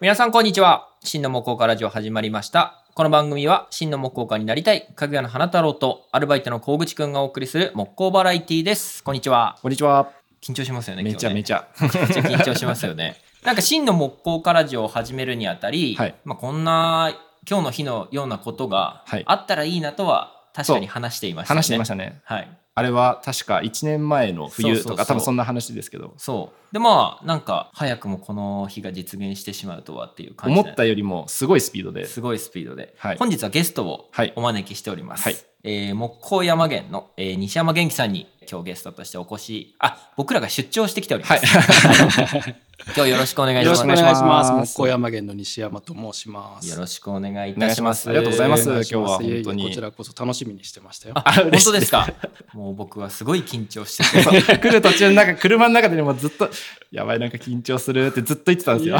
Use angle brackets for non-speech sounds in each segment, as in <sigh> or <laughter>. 皆さん、こんにちは。真の木工家ラジオ始まりました。この番組は、真の木工家になりたい、かぐやの花太郎と、アルバイトの小口くんがお送りする木工バラエティです。こんにちは。こんにちは。緊張しますよね、めちゃめちちゃ。ゃ。めっちゃ緊張しますよ <laughs> ね。なんか、真の木工家ラジオを始めるにあたり、はいまあ、こんな、今日の日のようなことがはいあったらいいなとは、確かにそう話していましたね。。話してましたたね。はい。あれは確か1年前の冬そうそうとそうか、多分そんな話ですけど、そう。で、まあ、なんか、早くもこの日が実現してしまうとはっていう感じ思でったよりもすごいスピードですごいスピードで、はい本日はゲストをはいお招きしております、はいえー木工山源の、えー西山元気さんに今日ゲストとしてお越しあ僕らが出張してきておりまはいす、。 <laughs> 今日よろしくお願いしまよろすしくお願いしお願いしまますす。小山源の西山と申します。よしろしくお願いいお願たいししまますすありがとうございますえー今日は本当にこちらこそ楽しみにしてましたよ。あ嬉本し当いですかもう僕はすごい緊張してて来る途中、なんか車の中でもずっと、やばい、なんか緊張するってずっと言ってたんですよ。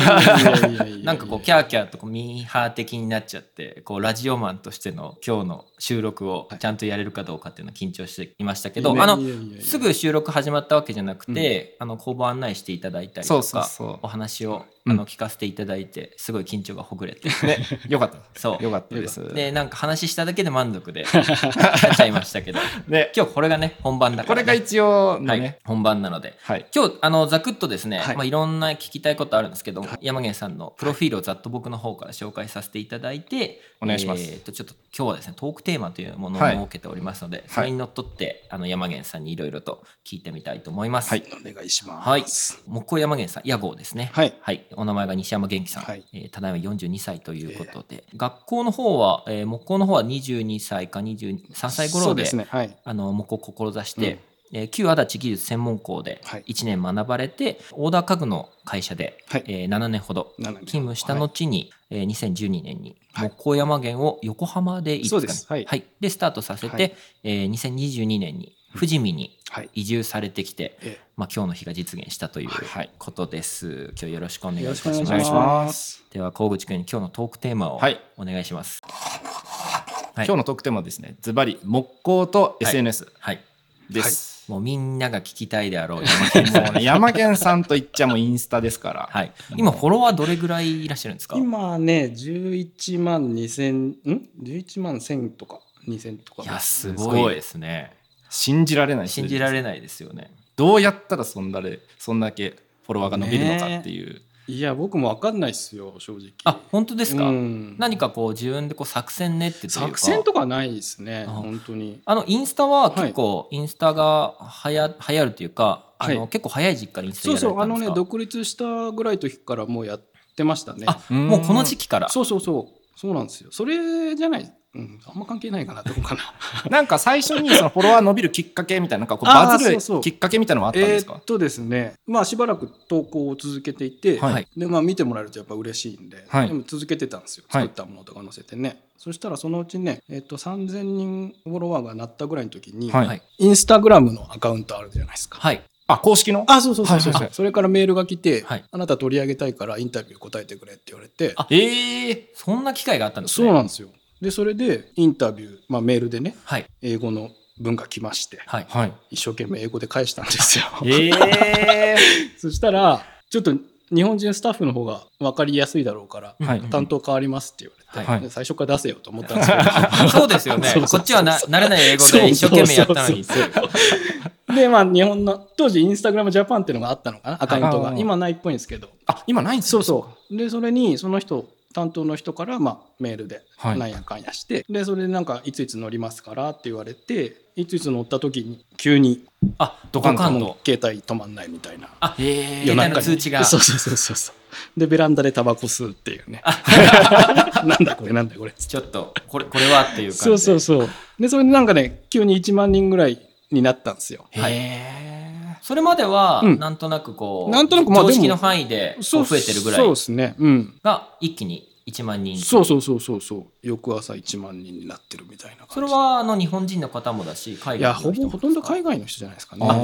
なんかこうキャーキャーとこうミーハー的になっちゃってこうラジオマンとしての今日の収録をちゃんとやれるかどうかっていうのは緊張していましたけど、あのすぐ収録始まったわけじゃなくて、あの工房案内していただいたりとそかうそうそお話をうんあの聞かせていただいて、すごい緊張がほぐれてう。 <laughs> ね、よかった。そようかったです。 <laughs> でなんか話しただけで満足でなっちゃいました <laughs> けどね、今日これがね本番だかこられね、が一応のはいね、、本番なのではい。今日あのざくっとですね、はいいまあ、いろんな聞きたいことあるんですけども、山源さんのプロフィールをざっと僕の方から紹介させていただいてお願いしますえーとちょっと今日はですねトークテーマというものをはい設けておりますので、それにのっとってあの山源さんにいろいろと聞いてみたいと思います。はいお願いします。はい。木工山源さん、屋号ですね。はいお名前が西山元気さん。はいえーただいま42歳ということで、学校の方は、えー木工の方は22歳か23歳そ頃うでですね。はい。あの木工を志して、えー旧足立技術専門校ではい1年学ばれて、オーダー家具の会社で、はいえー7年ほど勤勤務した後に、えー2012年にはい木工山源を横浜でいいそうかでねすはいでスタートさせて、はいえー2022年に富士見にはい。移住されてきて、えまあ、今日の日が実現したというはいことです、今日よろしくお願いえいよたろししますくお願いしお願いしま。ますでは小口君に今日のトークテーマをはいお願いしますはい今日の特典もですね、ズバリ木工と SNS はい、です。もうみんなが聞きたいであろう <laughs> もうね、山健さんといっちゃもうインスタですから。 <laughs> はい、今フォロワーどれぐらいいらっしゃるんですか今ね、11万2000、ん ?11 万1000とか2000とか。いやすすごごいいですね信じられない数字信じられないですよねどうやったらそんだれそんだけフォロワーが伸びるのかっていう、いや、僕もわかんないっすよ、正直。あ本当ですか、うん何かこう自分でこう作戦ねってというか作戦とかないですね、あ本当に。あのインスタははい結構インスタがはや流行るというか、あはのい結構早い時期からインスタそうやらそれてう、たあんでのすかね、独立したぐらいの時からもうやってましたね。あもうこの時期からそうそうそう、そうなんですよ。それじゃない、うん、あんま関係ないかな、どうかな。なんか最初にそのフォロワー伸びるきっかけみたいななんかこうあーバズるそうそうきっかけみたいなのはあったんえですーかっ、とですね、まあしばらく投稿を続けていて、はいでまあ見てもらえるとやっぱ嬉しいんで、はいでも続けてたんですよ。はい作ったものとか載せてね。そしたらそのうちね、えーっと3000人フォロワーがなったぐらいの時に、はいはいインスタグラムのアカウントあるじゃないですか。はいあ公式のあ、そうそうそうそう、はいはいはいそれからメールが来て、はいあなた取り上げたいからインタビュー答えてくれって言われて、あええそんな機会があったんですそねうなんですよ。で、それでインタビュー、まあメールでね、はい英語の文が来まして、はいはい一生懸命英語で返したんで <laughs> すよ。ええそしたら、ちょっと日本人スタッフの方が分かりやすいだろうから、はいうん担当変わりますって言われて、はいはいで最初から出せよと思ったんですけど。 <laughs> そうですよね <laughs> そうそうこそうっちはな慣れない英語で一生懸命やったのにそうそうそうそうでまあ日本の当時インスタグラムジャパンっていうのがあったのかなアカウントあがー今ないっぽいんですけどあ今ないんですそかうそう。で、それに、その人、担当の人から、まあ、メールで、はいなんやかんやして、で、それでなんか、いついつ乗りますからって言われて、いついつ乗った時に、急に、あドドカカンとンともう携帯止まんないみたいな。あええ携夜帯中の通に知がそうそうそうそうそう。で、ベランダでタバコ吸うっていうね。 <laughs> なんだこれ、なんだこれ。ちょっとこれこれはっていう感じでそうそうそう。で、それでなんかね、急に1万人ぐらいになったんですよ。はいそれまではうんなんとなくこう、なんとなくまあでも常識の範囲でこう増えてるぐらそういですね。うん。が一気に1万人そうそうそうそうそう。翌朝1万人になってるみたいな感じ。それはあの日本人の方もだし海いや、外のほ人ぼもほとんど海外の人じゃないですかね。あそ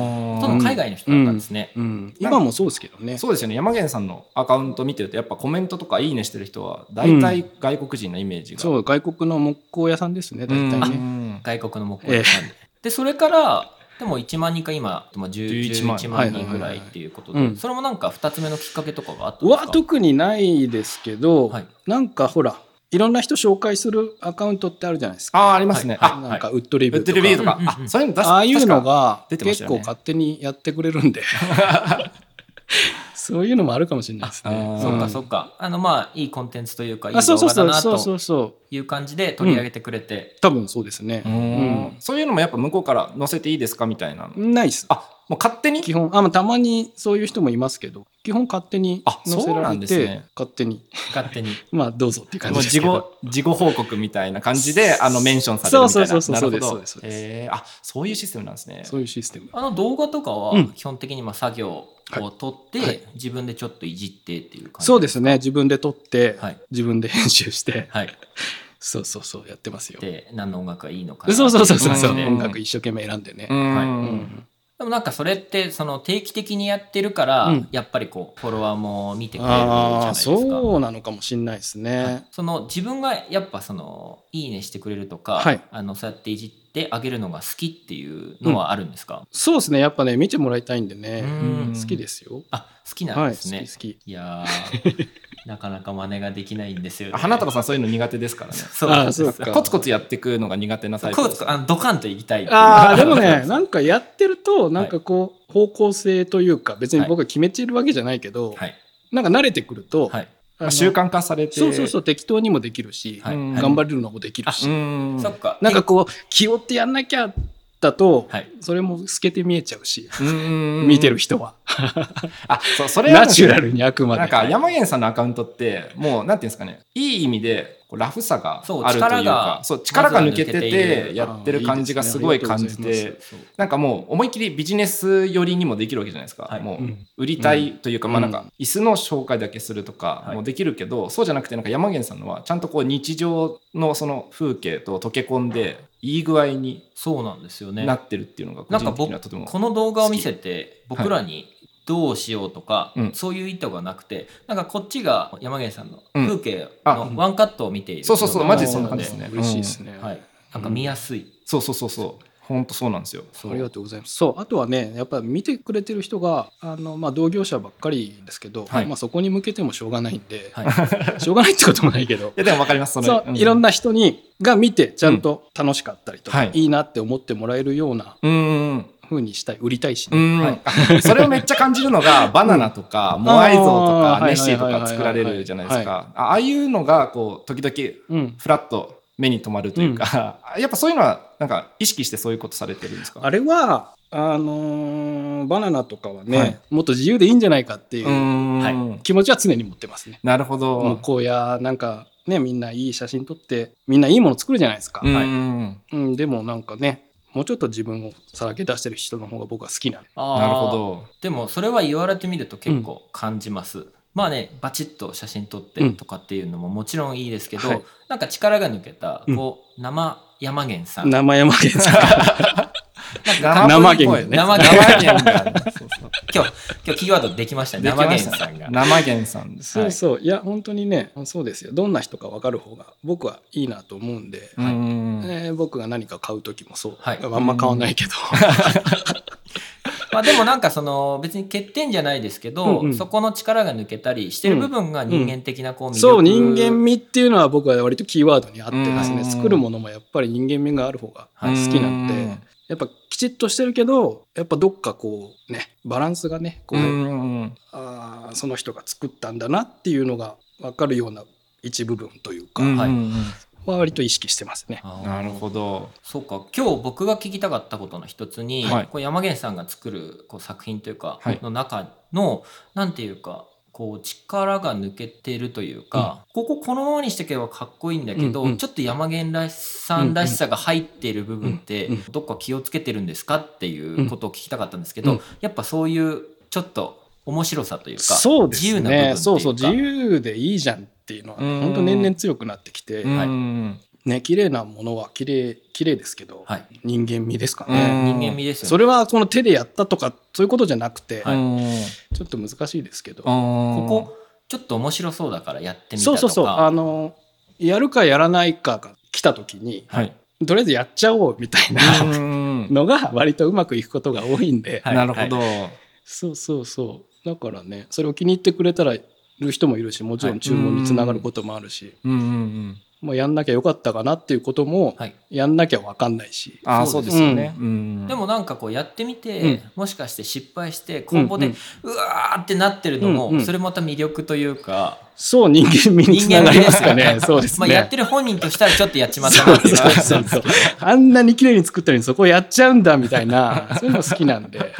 のー海外の人だったんですね、うん、今もそうですけどね。そうですよね山源さんのアカウント見てるとやっぱコメントとか「いいね」してる人は大体外国人のイメージが、そう、外国の木工屋さんですね、大体大体ね。ね外国の木工屋さんで、でそれからでも1万人か今まあ10 11万11万人ぐらいっていうことで、はいはいはいうんそれもなんか2つ目のきっかけとかがあったんですはか特にないですけど、はいなんかほらいろんな人紹介するアカウントってあるじゃないですか。ああ、ありますね。はいあ、なんかはウッドレいビウュッドレビューーととかか、うんうんうんあ、そういうの出かああいうのが出てました結よね構勝手にやってくれるんでそういうのもあるかもしれないですね。あそっかうんそっかあのまあいいコンテンツというかいいあ動そうそう画そだうなそうそとうそういう感じで取り上げてくれて、多分そうですね確か。にううんそういうのもやっぱ向こうから載せていいですかみたいなの。ないっす。あ、もう勝手に基本あ、まあ、たまにそういう人もいますけど基本勝手にあ載せそうらなれんでて、すね勝手に勝手にまあどうぞっていう感もじうですけ事ど。後事後報告みたいな感じであのメンションされるみたいな。そうそうそうそうなるほそうどですそうですそうですえー、あそういうシステムなんですね。そういうシステム。あの動画とかうはん基本的にまあ作業を取って、はい自分でちょっといじってっていう感じそうですね自分で撮って、はい自分で編集してはいそうそうそうやってますよ。で何の音楽がいいのかなそうそうそうそうそう、っていん感音じで楽一生懸命選んでね。うんはうんでもなんかそれってその定期的にやってるから、うんやっぱりこうフォロワーも見てくれるじゃないああですかそうなのかもしれないですね。その自分がやっぱそのいいねしてくれるとか、はいあのそうやっていじってあげるのが好きっていうのはあるんですか、そうですねやっぱね見てもらいたいんでうね、んうん好きですよ。あ好きなんはいですね、好いき、好き。やー <laughs> なかなか真似ができないんですよ、ね、花束さんそういうの苦手ですからね。そうなんであそうすかコツコツやっていくのが苦手なタイプコでツす。コあのドカンといきたいっていうああでもねなんかやってるとなんかこう方向性というか別に僕は決めてるわけじゃないけど、 <laughs> はいなんか慣れてくると、はい、あまのあ習慣化されて。そうそうそう適当にもできるし、はいうん頑張れるのもできるうし、ん。そっかなんかこう気負ってやんなきゃだと、はいそれも透けて見えちゃうし、うん見てる人は、あそうそれはナチュラルにあくまでなんか山源さんのアカウントってもうなんていうんですかねいい意味でこうラフさがあるとそういう力かがそう力が抜けてまずは抜けていてるやってる感じがすごい感じあーいいですねありがとうごてざいまそうなんかもう思いっきりビジネス寄りにもできるわけじゃないですか、はいもううん売りたいというか、うんまあなんか椅子の紹介だけするとかはいもできるけど、そうじゃなくてなんか山源さんのはちゃんとこう日常のその風景と溶け込んでいい具合にそうなんですよねなってるっていうのが個なんか人的僕にはとてもこの動画を見せて僕らにどうしようとか、うんそういう意図がなくてなんかこっちが山源さんのうん風景あのワンカットを見ている、そうそうそうマジでそんのな感でじですね嬉しいですね、はい、なんか見やすい、そうそうそうそう本当そうなんですよそうありがとうございます。そう、あとはね、やっぱり見てくれてる人が、あの、まあ、同業者ばっかりですけど、はいまあ、そこに向けてもしょうがないんで、はい、 <laughs> しょうがないってこともないけど、いやでもわかりますそれそう、ういろんな人に、が見て、ちゃんと楽しかったりとか、はいいいなって思ってもらえるようなうんうん風にしたい、売りたいしうね、ん、はいあそれをめっちゃ感じるの <laughs> がバナナとか、モアイ像とあかーネッシーとはいはいはかいはい作られるじゃないですかあああいうのがこう時々うん。フラッと目に留まるというか、 <laughs> やっぱそういうのはなんか意識してそういうことされてるんですかあれは、あのーバナナとかはね、はいもっと自由でいいんじゃないかっていうー、うんは気持ちは常に持ってますね。なるほど向こうや、なんか、ね、みんないい写真撮って、みんないいもの作るじゃないですか。うんはいうん、でもなんかね、もうちょっと自分をさらけ出してる人の方が僕は好きなんで。 <laughs> あーなるほどでもそれは言われてみると結構感じます、まあねバチッと写真撮っうてんとかっていうのももちろんいいですけど、はいなんか力が抜けたうんこう生山源さん生山源さん。生ゲームね生生ゲームゲームがそうそう今日今日キーワードできましたねでき生ま源したさんが生源さんです、 <laughs> そはういそう、い、や、本当にね、そうですよ。どんな人か分かる方が僕はいいなと思うんで、うーんえー僕が何か買う時もそう、はいあんま買わないけど。まあでもなんかその別に欠点じゃないですけど、うんうんそこの力が抜けたりしてる部分が人間的なこう魅力、そう、人間味っていうのは僕は割とキーワードにあってですうね、ん作るものもやっぱり人間味がある方が好きなんうでん、やっぱきちっとしてるけど、やっぱどっかこうね、バランスがね、こう、うんあーその人が作ったんだなっていうのが分かるような一部分というか、うんはいは割と意識してますね。あーなるほどそうか今日僕が聞きたかったことの一つに、はいこう山源さんが作るこう作品というか、はいの中のなんていうかこう力が抜けてるというか、こここのままにしていけばかっこいいんだけど、うんうんちょっと山源らしさんらしさが入っている部分って、うんうんどっか気をつけてるんですかっていうことを聞きたかったんですけど、うんやっぱそういうちょっと面白さというかそうです自由な部分っていうね。かそうそう、自由でいいじゃんっていうのは、うんね、本当年々強くなってきて、はいうんね、綺麗なものは綺麗、綺麗ですけど、はい、人間味ですかうんね。人間味ですよねそれはこの手でやったとか、そういうことじゃなくて、はいうんちょっと難しいですけど、こここちょっと面白そうだからやってみたとそうかそうそう、あの、やるかやらないかが来た時に、はいとりあえずやっちゃおうみたいなうんのが割とうまくいくことが多いんで、はいなるほど。そうそうそうだからねそれを気に入ってくれたらいる人もいるしもちろん注文につながることもあるし、うんうんうん。もうやんなきゃよかったかなっていうこともはいやんなきゃ分かんないし、ああ、そそううでですすよね。うんで、もなんかこうやってみて、うんもしかして失敗してここで、ううんわーってなってるのも、うんうんそれまた魅力という <laughs> かそう人間味につながりますかねそうですまあ、ね。やってる本人としたらちょっとやっちまったそなうっていうそうそうそうあんなに綺麗に作ったのにそこやっちゃうんだみたいな <laughs> そういうの好きなんで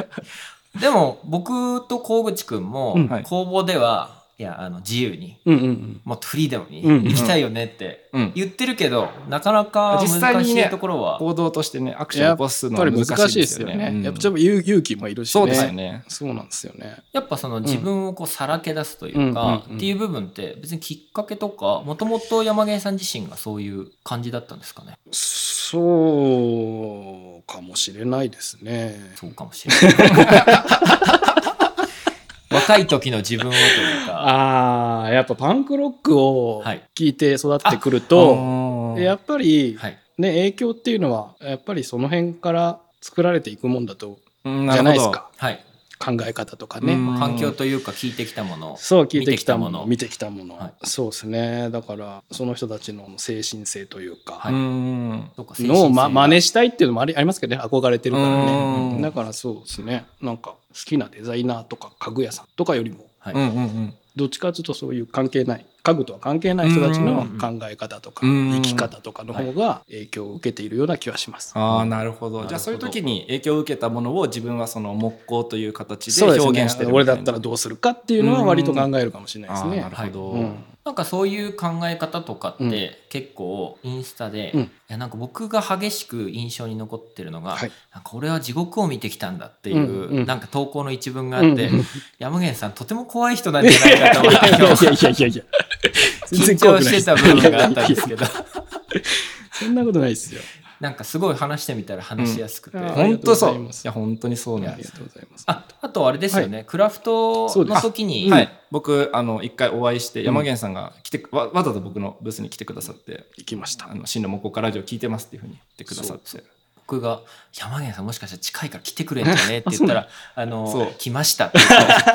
でも僕と河口くんもうんはい工房では、いやあの自由にうんうんもっとフリーダムにうんうん行きたいよねってうん。言ってるけど、なかなか実際難しにねいところは、行動としてね、アクションを起こすうんのやっはぱり難難ししいいでですすよよねね。やっぱうんちょっと勇勇気もいるしねそうですよね。そうなんですよねやっぱその自分をこうさらけ出すというか、うんうんうんっていう部分って別にきっかけとかもともと山源さん自身がそういう感じだったんですかねそうかもしれないですねそうかもしれ <laughs> ない若い時の自分をというかあーやっぱパンクロックをはい聞いて育ってくるとと、やっぱり、はいね影響っていうのはやっぱりその辺から作られていくもんだとじじゃないです。かはい考え方とかね、うん環境というか聞いてきたものそう聞いてきたもの見見てきたものはいそうですねだからその人たちの精神性というか、はいうんとか精神のを、ま、性真似したいっていうのもありありますけどね憧れてるからうねんだからそうですねなんか好きなデザイナーとか家具屋さんとかよりもはいうんうんどっちかというとそういう関係ない家具とは関係ない人たちのうん考え方とかうん生き方とかの方が影響を受けているような気はします。ああなるほどなるほどじゃあそういう時に影響を受けたものを自分はその木工という形でそうですね表現してるみた俺いなだったらどうするかっていうのは割と考えるかもしれないですね。あーなるほど、うんなんかそういう考え方とかって、うん結構インスタで、うんいやなんか僕が激しく印象に残ってるのが、はいなんか俺は地獄を見てきたんだっていう、うんうんなんか投稿の一文があって、うん山源さんとても怖い人なんじゃないかと思って今日いやいやいやいや、緊張してた部分があったんですけど。どそんなことないですよ。 <laughs> なんかすごい話してみたら話しやすくて、うんあ本当そうありがとうございいますや本当にそういやなんあでりがすとうございます。あとあれですよね、クラフトそうでのす時に、はい僕あの一回お会いしてん山源さんが来てわわざと僕のブースに来てくださって行きまし「たあ。の真の木工家ラジオ聞いてます」っていうふうに言ってくださっそて僕が「山源さんもしかしたら近いから来てくれんじゃね?」って <laughs> 言ったら「あそのう来ました」って <laughs>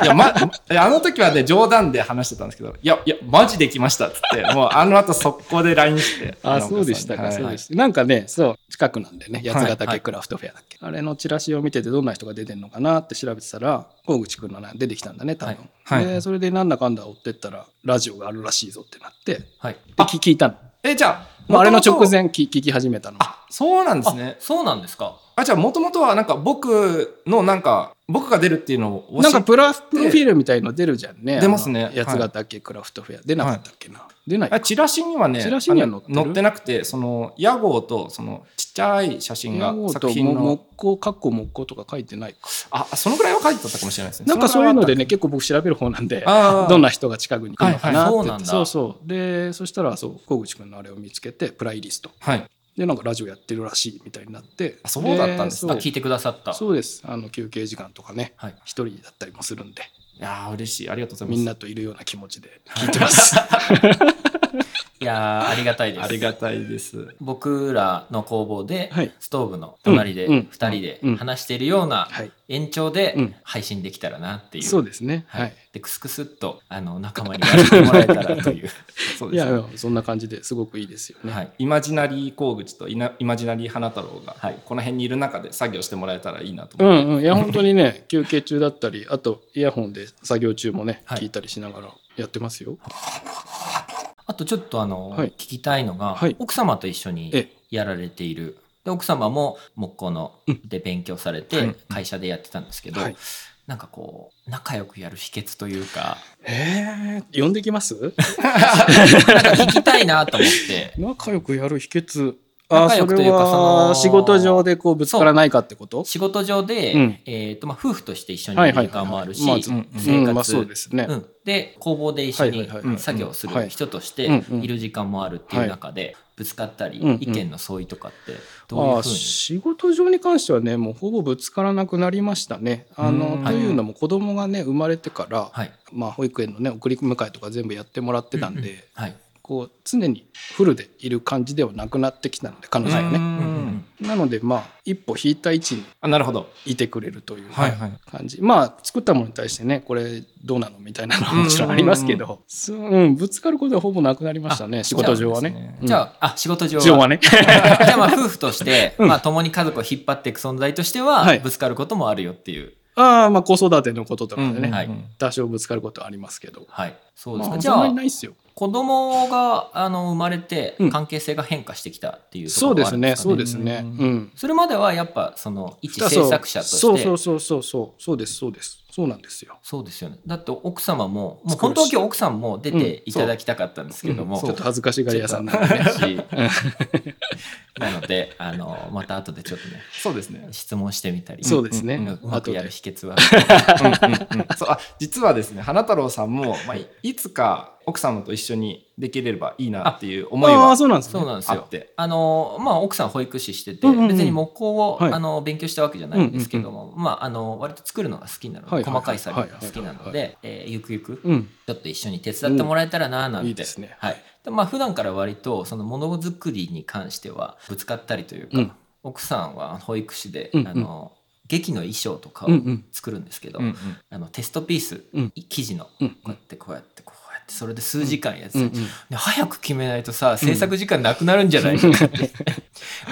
いや、ま、 <laughs> いやあの時はね冗談で話してたんですけど「いやいやマジで来ました」っつってもうあの後速攻で LINE して <laughs> 山あ、そ源うでしさたんか、にそうはいでした。なんかね、そう、近くなんでね、八ヶはい岳クラフトフェアだっけ。あれのチラシを見てて、どんな人が出てんのかなって調べてたら、河口くんのな出てきたんだね、多分。はいはで、それでなんだかんだ追ってったら、ラジオがあるらしいぞってなって、で、はい聞聞いたの。えじゃあまあ、あれの元直々前聞聞き始めたの。あそうなんですあねそうなんですかあじゃあもともとはなんか僕のなんか僕が出るっていうのをなんかプラスプロフィールみたいの出るじゃんね。出ますねあの八ヶ岳クラフトフェア。出なかったっけな。出ないあ。チラシにはねチラシには載ってあるの載ってなくてその屋号とそのちっちゃい写真がも作品の木工、かっこ木工とか書いてないか。あそのぐらいは書いてたかもしれないですねなんかそういうのでねね、結構僕調べる方なんで。あーどんな人が近くに来るのかなって言って、はいはいそうなんだそうそうでそしたらそう小口くんのあれを見つけてプライリストはいでなんかラジオやってるらしいみたいになってあそうだったんですあねそう聞いてくださったそうですあの休憩時間とかねはい一人だったりもするんでいやー嬉しいありがとうございますみんなといるような気持ちで聞いてます、 <laughs> いやーありがたいですありがたいです僕らの工房で、はいストーブの隣でうんうん2人でうん話しているようなはい、延長でうん配信できたらなっていう、そうですねははいい、でクスクスっとあの仲間にやってもらえたらという、そういですやいねやそんな感じですごくいいですよ <laughs> ね、はい、イマジナリー工口とイナイマジナリー花太郎がはいこの辺にいる中で作業してもらえたらいいなとう思って、んうん、いや本当にね休憩中だったりあとイヤホンで作業中もね、はい聞いたりしながらやってますよあとちょっとあの、はい聞きたいのが、はい奥様と一緒えにえやられているで奥様も木工のうんで勉強されはてい会社でやってたんですけど、はいなんかこう仲良くやる秘訣というかえー、呼んできます聞きたいなと思って <laughs> 仲良くやる秘訣仲良くというかあそーそのれは仕事上でこうぶつからないかってこと仕事上で、うんえーとまあ、夫婦として一緒にいる時間もあるし、はいはいはいはい生まあ活、うんまあ、そうですね、うんで工房で一緒にはいはいはいはい作業すうんるはい人としうてんうんいる時間もあるっていう中でぶつかったり、うんうん意見の相違とかってどういうあーふうに仕事上に関してはねもうほぼぶつからなくなりましたね。あうのんというのも子供がね生まれてから、はいまあ、保育園のね送り迎えとか全部やってもらってたんで、はいこう常にフルでいる感じではなくなってきたので彼女はうね。んなのでまあ一歩引いた位置にあなるほど。いてくれるというはい感はい。じ、まあ作ったものに対してねこれどうなのみたいなのはもちろんありますけどそううんぶつかることはほぼなくなりましたね仕事上はそうなんねで。すうんじゃあ、あ仕事上上はは。ね。 <laughs> じゃあまあ夫婦と <laughs> して、まあ共に家族を引っ張っていく存在としてはは、いぶつかることもあるよっていう。ああまあ子育てのこととかでうんうんうんねはい多少ぶつかることはありますけど。はい。そうですまか。あ、じそんゃなあに、ないですよ。子供があの生まれてうん関係性が変化してきたっていうとこそろうではあするんでね、すかねそうですね。うんうん。それまではやっぱその一だから制作者としてそうそうそうそうそうそうですそうですそうなんですよ。そうですよねだって奥様ももう作る本し当は今日奥さんも出ていただきたかったんですけども、ちょっとちょっ恥ずかしがり屋さんなんでとね。恥ずかしい <laughs> なのであのまた後でちょっとねそうですね。質問してみたりそうですね。うんうまく後やるで。秘訣はうんうんうんそうあ実はですね花太郎さんも、まあ、いいつか奥様と一緒にできればいいなっていう思いあはあそうなんですね。そうなんですあっよて。あのまあ奥さん保育士してて、うんうんうん別に木工を、はいあの勉強したわけじゃないんですけども、まああの割と作るのが好きなので、はいはいはい細かい作業が好きなのはいはで、えーゆくゆくうん。ちょっと一緒に手伝ってもらえたらなあなんて、いいですね。はい、でまあ普段から割とそのものづくりに関してはぶつかったりというか、うん奥さんは保育士で、うんうんあの劇の衣装とかをうんうん作るんですけど、うんうんあのテストピース、うん記事のこうんうやってこうやってこうやってそれで数時間やってたうんうりん。で早く決めないとさ制作時間なくなるんじゃない <laughs> かって、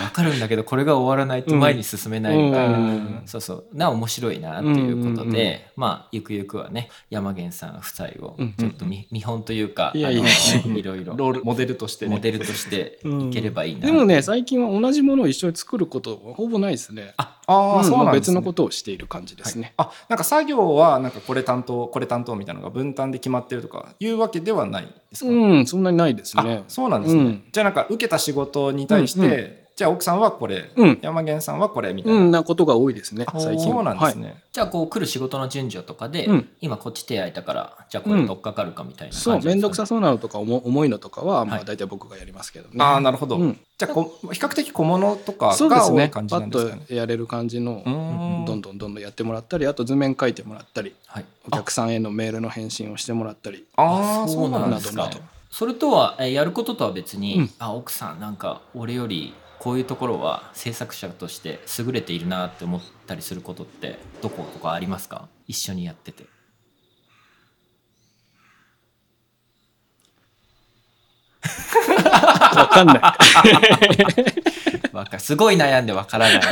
わかるんだけどこれが終わらないと前に進めないみたいな、うんそうそうな面白いなっていうことで、うんうんうんまあゆくゆくはね山源さん夫妻をうんちょっと見,、見本というかいやいやあのいやいろいろロールモデルとしてねモデルとしていければいいな、でもね最近は同じものを一緒に作ることはほぼないですね。あああうんそうなんです、別ね、のことをしている感じですね。あなんか作業はなんかこれ担当これ担当みたいなのが分担で決まってるとかいうわけではないですか、うんそんなにないですねあ。そうなんですね、うんじゃあなんか受けた仕事に対して、うんうじゃあ奥さんはこれ、うん山源さんはこれみたいな、うんなことが多いですねあ最近は。そうなんですはいね、じゃあこう来る仕事の順序とかで、うん今こっち手空いたからじゃあこれ取っかかるかみたいな感じそう面倒くささそうなのとか重重いのとかはまはあい大体僕がやりますけどね。ああなるほど、うんじゃあこ比較的小物とかそうでがす多ねいパ感じなんッですかねとやれる感じのうーんどんどんどんどんやってもらったりあと図面書いてもらったりはいお客さんへのメールの返信をしてもらったりああそうななんんでですすねねそれとは、えーやることとは別に、うんあ奥さんなんか俺よりこういうところは制作者として優れているなって思ったりすることってどことかありますか一緒にやって <laughs> て。わかんないわかすごい悩んでわから <laughs> ない。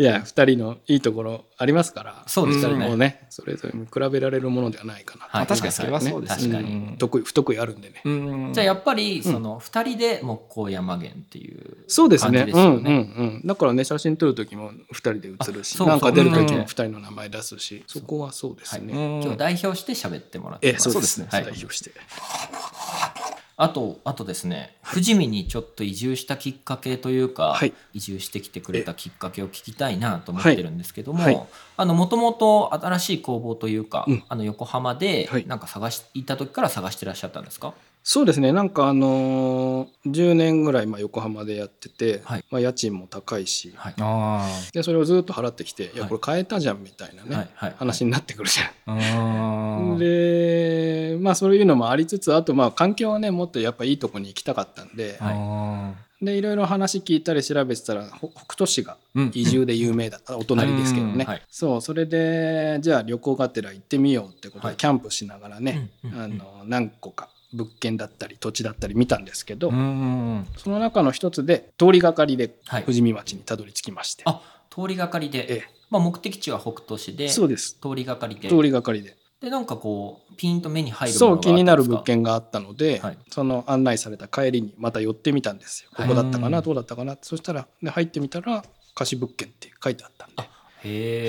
いや二人のいいところありますからそうですよねもうねそれぞれに比べられるものではないかなと、はあい確かにそれはそうですね確かにうん得意不得意あるんでね、うんじゃあやっぱりその2人で木工山源っていうそうですね感じうですんようんね。うんだからね写真撮る時も二人で写るあしそうなんか出る時うんも二人の名前出すしそこはそうですね、はうん今日代表して喋ってもらってええますそうですね、はい代表してあとあとですね富士見にちょっと移住したきっかけというか、はい移住してきてくれたきっかけを聞きたいなと思ってるんですけども、はいはいあのもともと新しい工房というか、うんあの横浜ではいなんか探し行った時から探してらっしゃったんですかそうですねなんかあのー10年ぐらいまあ横浜でやってて、はいまあ、家賃も高いし、はいあでそれをずっと払ってきて、い、やはいこれ変えたじゃんみたいなね、はいはい話になってくるじゃん。あうんでまあそういうのもありつつあとまあ環境はねもっとやっぱいいとこに行きたかったんで、はいあでいろいろ話聞いたり調べてたらほ北斗市がーうん移住で有名だった、お隣ですけどね、うんはいそうそれでじゃあ旅行がてら行ってみようってことはでいキャンプしながらね、うんうんうんあの何個か物件だったり土地だったり見たんですけど、うんその中の一つで通りがかりではい富士見町にたどり着きまして、あ通りがかりで、ええまあ、目的地は北斗市でそ通うですりがかりで通りがかりででなんかこうピンと目に入るもそのうが気になあるったんですか物件があったので、はいその案内された帰りにまた寄ってみたんですよ。ここだったかな、はいどうだったかなそしたらで入ってみたら貸し物件って書いてあったんでへ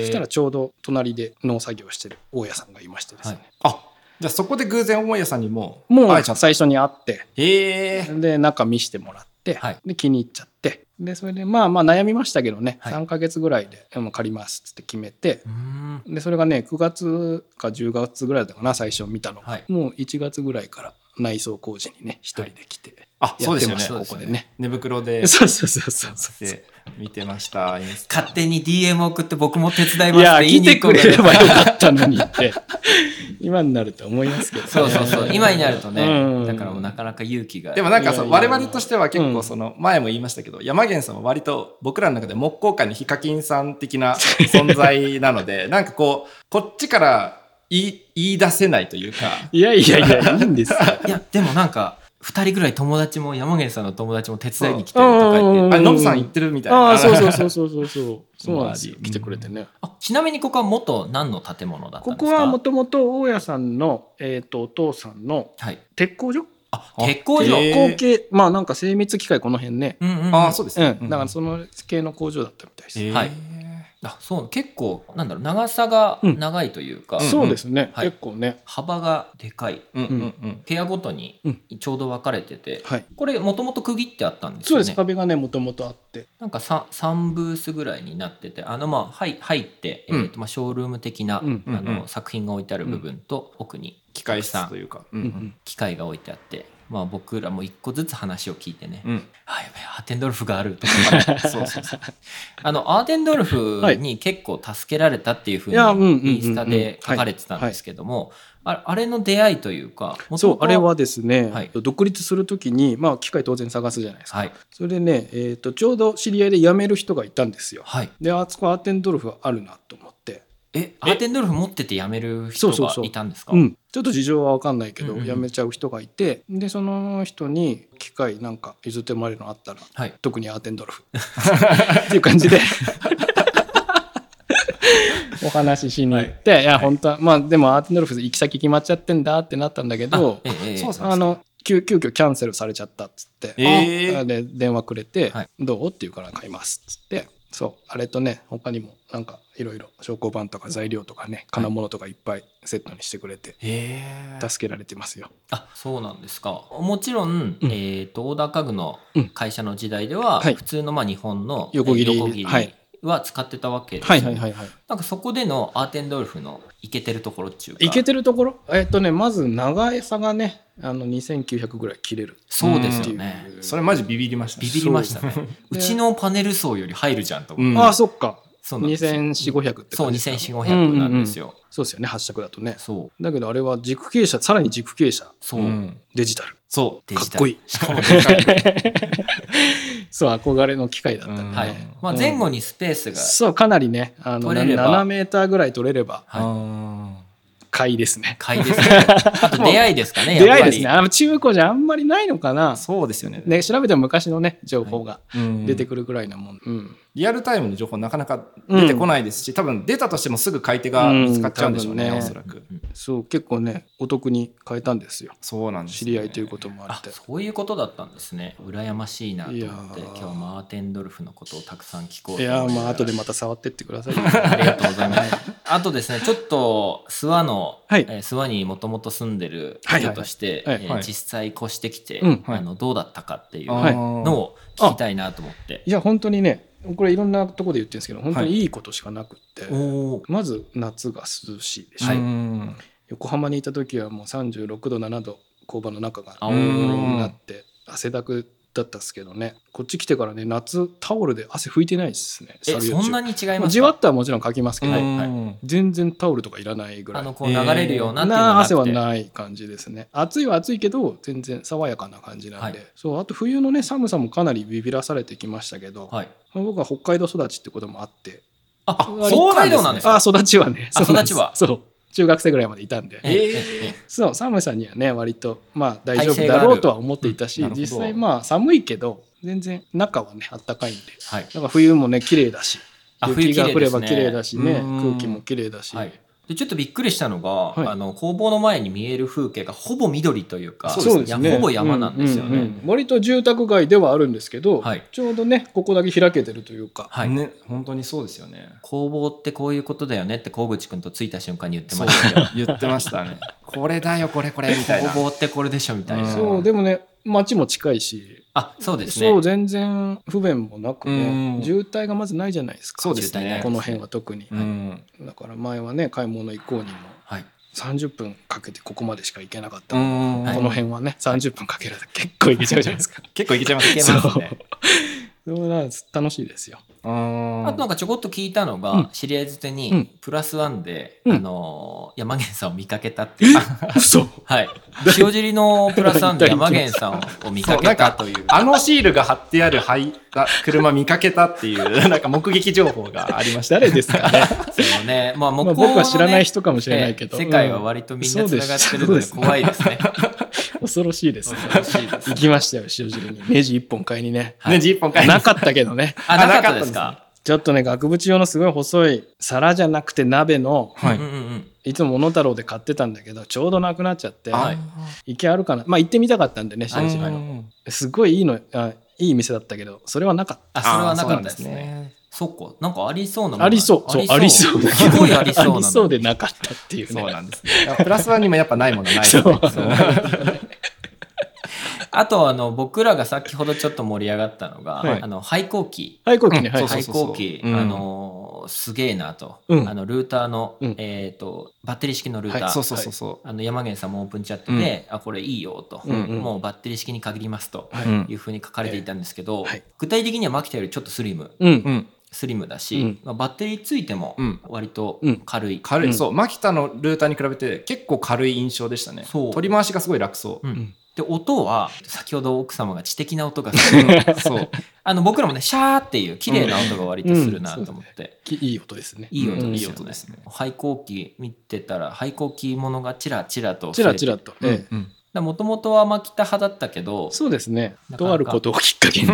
えそしたらちょうど隣で農作業してる大家さんがいましてですね、はいあじゃあそこで偶然大家さんにもも会えうちゃった最初に会ってへえで中見してもらって、はいで気に入っちゃってでそれでまあまあ悩みましたけどね、はい3ヶ月ぐらいでもう借りますっつって決めてうーんでそれがね9月か10月ぐらいだったかな最初見たのが、はいもう1月ぐらいから内装工事にね一人で来て、あやそうっでてすよまねした、ここでね。寝袋でそうそうそうそうそう。で見てましたインスタ勝手に DM 送って僕も手伝いいますっや、て言い来に行てくくのれればよかったのにって、今になると思いますけど、ね。そうそうそう今になるとね、うんだからもうなかなか勇気がでもなんかいやさいやいや我々としては結うん構その前も言いましたけど、山源さんは割と僕らの中で木工界のヒカキンさん的な存在なの <laughs> でなんかこうこっちから言い言い出せないというかいやいやいや、いいんですよ。いやでもなんか2人ぐらい友達も山源さんの友達も手伝いに来てるとかうんう言っんうんてあれノブさん言ってるみたいなああ、そうそうそうそうそうそう。そうなんですよマ。ジ来てくれてね。あちなみにここは元何の建物だったんこですこかはもともと大家さんの、えっ、と、お父さんのはい鉄工所あ鉄工所、へえ鉄工系、まあなんか精密機械この辺ね。うんうんうんああそうですうね、ん。だからその系の工場だったみたいです。へーはいあそう結構なんだろう長さが長いというか、うんそうですね、はい結構ね。幅がでかいうんうんうん部屋ごとにうんちょうど分かれてて、はい。これもともと区切ってあったんですそうよでねす、壁がね、もともとあって。なんか 3, 三ブースぐらいになっててあのまあはい入って、うんえーとまあ、ショールーム的な、うんあうんうのん作品が置いてある部分と、奥に機械室というかうんうん機械が置いてあって、まあ、僕らも一個ずつ話を聞いてね、うんあやべえアーテンドルフがあるとか <laughs> そうそうそうあのアーテンドルフに結構助けられたっていうふういやうんうんうんうんにインスタで書かれてたんですけども、ああれの出会いというか元そう々あれはですね、はい独立するときに、まあ、機械当然探すじゃないですか、はいそれでね、えー、とちょうど知り合いで辞める人がいたんですよはいであそこアーテンドルフあるなと思って、えアーテンドルフ持ってて辞める人そうそうがそういたんですかうん、ちょっと事情は分かんないけど、うんうん辞めちゃう人がいてでその人に機械なんか譲ってもらえるのあったらはい特にアーテンドルフっていう感 <laughs> じでお話ししに行って、い、や本当は、まあでもアーテンドルフ行き先決まっちゃってんだってなったんだけどええええそうそうあの急急遽キャンセルされちゃったっつって、えーあで電話くれて「はいどう?」って言うから買いますっつってそうあれとね他にもなんかいろいろ証拠板とか材料とかね金物とかいっぱいセットにしてくれてへー助けられてますよ。あそうなんですかもちろん、うんえー、とオーダー家具の会社の時代では、はい普通のまあ日本の横切りえー横切はいは使ってたわけですはよいねはいはいはい。なんかそこでのアーテンドルフのいけてるところっていうかいけてるところえっとねまず長さがねあの2900ぐらい切れるそうですってよいう。ねそれマジビビりましたねビビりましたねううちのパネル層より入るじゃんと思って、うんああそっかそうなんですよ24500ってそう感じですか24500なんですよ、そうですよね発色だとねそうだけどあれは軸傾斜さらに軸傾斜そうう、んデジタルそデジタルかっこいいしかも <laughs> そう憧れの機械だったんで、うんはいうんまあ、前後にスペー <laughs> スが、そうかなりねあの取れれば7メーターぐらい取れればううん買いですね買いですねあと出会いですかね <laughs> 出やっ会いぱりですねあの中古じゃあんまりないのかなそうですよねね調べても昔のね情報がうん出てくるぐらいなもん、うんリアルタイムの情報なかなか出てこないですし、多分出たとしてもすぐ買い手が見つかっちゃうんでしょうね、うん多分ねおそらく。そう結構ねお得に買えたんですよそうなんです、知り合いということもああってそういうことだったんですね羨ましいなと思いやってー今日もアーテンドルフのことをたくさん聞こういとや思ーまあ後でもまた触ってってください <laughs> ありがとうございますあとですねちょっと諏訪の、はいえー諏訪にもともと住んでるはい人としてえはいはいはーい実際越してきて、うんはいあのどうだったかっていうあはいーのを聞きたいなと思っていや本当にねこれいろんなとこで言ってるんですけど本当にいいことしかなくって、おおーまず夏が涼しいでしょ、はいうん横浜にいた時はもう36度7度工場の中があうーんなって汗だくだったっすけどねこっち来てからね夏タオルで汗拭いてないですねえそんなにに違いますまかあじわっとはもちろんかきますけど、はい全然タオルとかいらないぐらあいのこう流れるようなっていうのはななくて、汗はない感じですね暑いは暑いけど全然爽やかな感じなんで、はいそうあと冬のね寒さもかなりビビらされてきましたけど、はい僕は北海道育ちってこともあってああ北海道なんですかあ育ちはねあそうなんです育ちはそう中学生ぐらいまでいたんでえーえーえーそう寒さにはね割とまあ大丈夫だろうとは思っていたし、耐性がある実な際るほまあ寒いけど全然中はねあったかいんではいなんか冬もね綺麗だしあ冬雪が降れば綺綺麗麗でだすしねねうん空気も綺麗だし、はい、でちょっとびっくりしたのが、いあの工房の前に見える風景がほぼ緑というかそうですいねやほぼ山なんですよね。うううん割と住宅街ではあるんですけど、はいちょうどねここだけ開けてるというか、はいね、本当にそうですよね。工房ってこういうことだよねって小口くんと着いた瞬間に言ってそまうしたよ。言ってましたね。これだよ、これ、これみたいな。 <laughs> 工房ってこれでしょみたいな。うんそうでもね街も近いし、あそうですそうね。全然不便もなくねうん渋滞がまずないじゃないですかそうです渋滞ないねこ。の辺は特にう、ん、だから前はね買い物行こうにもはい30分かけてここまでしか行けなかったうの、んはいこの辺はね30分かけると結構行けちゃうじゃないですか結構いけちゃいますいけねますねそうなんです楽しいで <laughs> すようんあとなんかちょこっと聞いたのが、うん知り合いづてうにん、プラスワンで、うんあのー山源さんを見かけたっていう。嘘 <laughs> はい。塩尻のプラスワンで山源さんを見かけたという。あのシールが貼ってあるはいあ車見かけたっていう、 <laughs> なんか目撃情報がありました。 <laughs> 誰ですかね、そう <laughs> ね。まあ、向まこあ、うのね僕は知らない人かもしれないけど、ええ世界はうん割とみんな繋がってるのでそうです怖いです <laughs> ね。恐ろしいですね恐ろしいです <laughs> 行きましたよ塩尻にネジ1本買いにねはいね、ジーポン買いになかったけどねあ、なかったですか。ちょっとね額縁用のすごい細い皿じゃなくて鍋のはうんうんうん。いつも物太郎で買ってたんだけどちょうどなくなっちゃって、ははいい。行けあるかなまあ行ってみたかったんでね塩尻うのんすごいいいのあいい店だったけどそれはなかったあ、それはなかったですあーそうなんね。ですねそっか。なんかありそうなものありそうそうありそうだけすどごいありそうなのありに。そうでなかったっていうねそうなんですね。いやプラスワンにもやっぱないものはないです <laughs> そね。うあとあの僕らが先ほどちょっと盛り上がったのが、はいあの廃校機はいこうきうねんはいそうそう廃校機、うんあのーすげえなと、うんあのルーターの、うんえっ、とバッテリー式のルーター、はいそうそうそうそ。あの山源さんもオープンチャットで、あこれいいよと、うんうんもうバッテリー式に限りますとはいうんいうふうに書かれていたんですけど、はい具体的にはマキタよりちょっとスリムううんん。スリムだし、うんまあ、バッテリーついてもうん割とうん軽い、軽うい、んそう、マキタのルーターに比べて結構軽い印象でしたね。そう取り回しがすごい楽そうう。んんで音は先ほど奥様が知的な音がする <laughs> そう。あの僕らもねシャーっていう綺麗な音が割とするなと思って。きいい音ですねいい音うんですいいよね。音ですね廃校機見てたら廃校機ものがチラチラとチラチラと、ええうんもともとはマキタ派だったけどそうですねなかなかとあることをきっかけに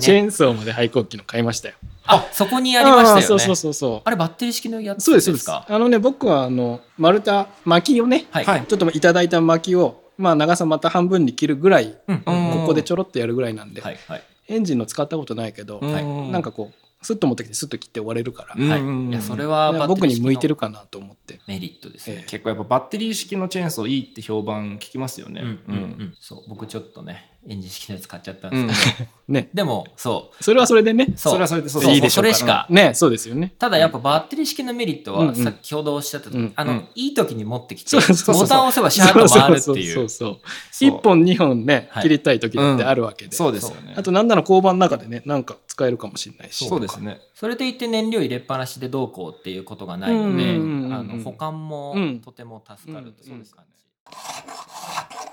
チェねーンソーまで廃校機の買いましたよ <laughs> <laughs> あそこにやりましたよあねーそうそうそうそうあれバッテリー式のやつそうですそうでですすかあのね僕はあの丸太巻きをねはい、はいちょっといただいた巻きをまあ長さまた半分に切るぐらいうんうんここでちょろっとやるぐらいなんで、はいはいエンジンの使ったことないけど、はいうんなんか、こうスッと持ってきてスッと切って終われるから、うんはいうんいやそれはねバッテ僕リーに式の向いてるかなと思ってメリットですね、え結構やっぱバッテリー式のチェーンソーいいって評判聞きますよね。うんうんうん、そう僕ちょっとねエンジン式のやつ買っちゃったんですけど、ねでもそうそれはそれでねそうそれはそれでそうそういいでしそょうれからしか <laughs> ねそうですよねただやっぱバッテリー式のメリットうんうはん先ほどおっしゃったとおり、うんあの、うんいい時に持ってきてそうそうそうそうボタンを押せばシャーッと回るっていうそうそうそうそうそう1本2本ねはい切りたい時だってあるわけで、そうですよね。あとなんなら工場の中でねなんか使えるかもしれないしそうですね。それといって燃料入れっぱなしでどうこうっていうことがないので、うんうんうんうんあの保管うもんとても助かるという感じ、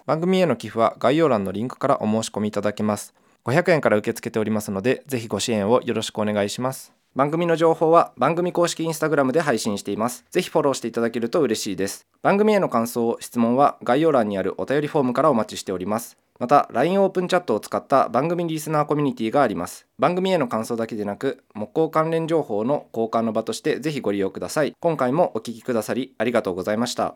番組への寄付は概要欄のリンクからお申し込みいただけます500円から受け付けておりますのでぜひご支援をよろしくお願いします番組の情報は番組公式インスタグラムで配信していますぜひフォローしていただけると嬉しいです番組への感想質問は概要欄にあるお便りフォームからお待ちしておりますまた LINE オープンチャットを使った番組リスナーコミュニティがあります番組への感想だけでなく木工関連情報の交換の場としてぜひご利用ください今回もお聞きくださりありがとうございました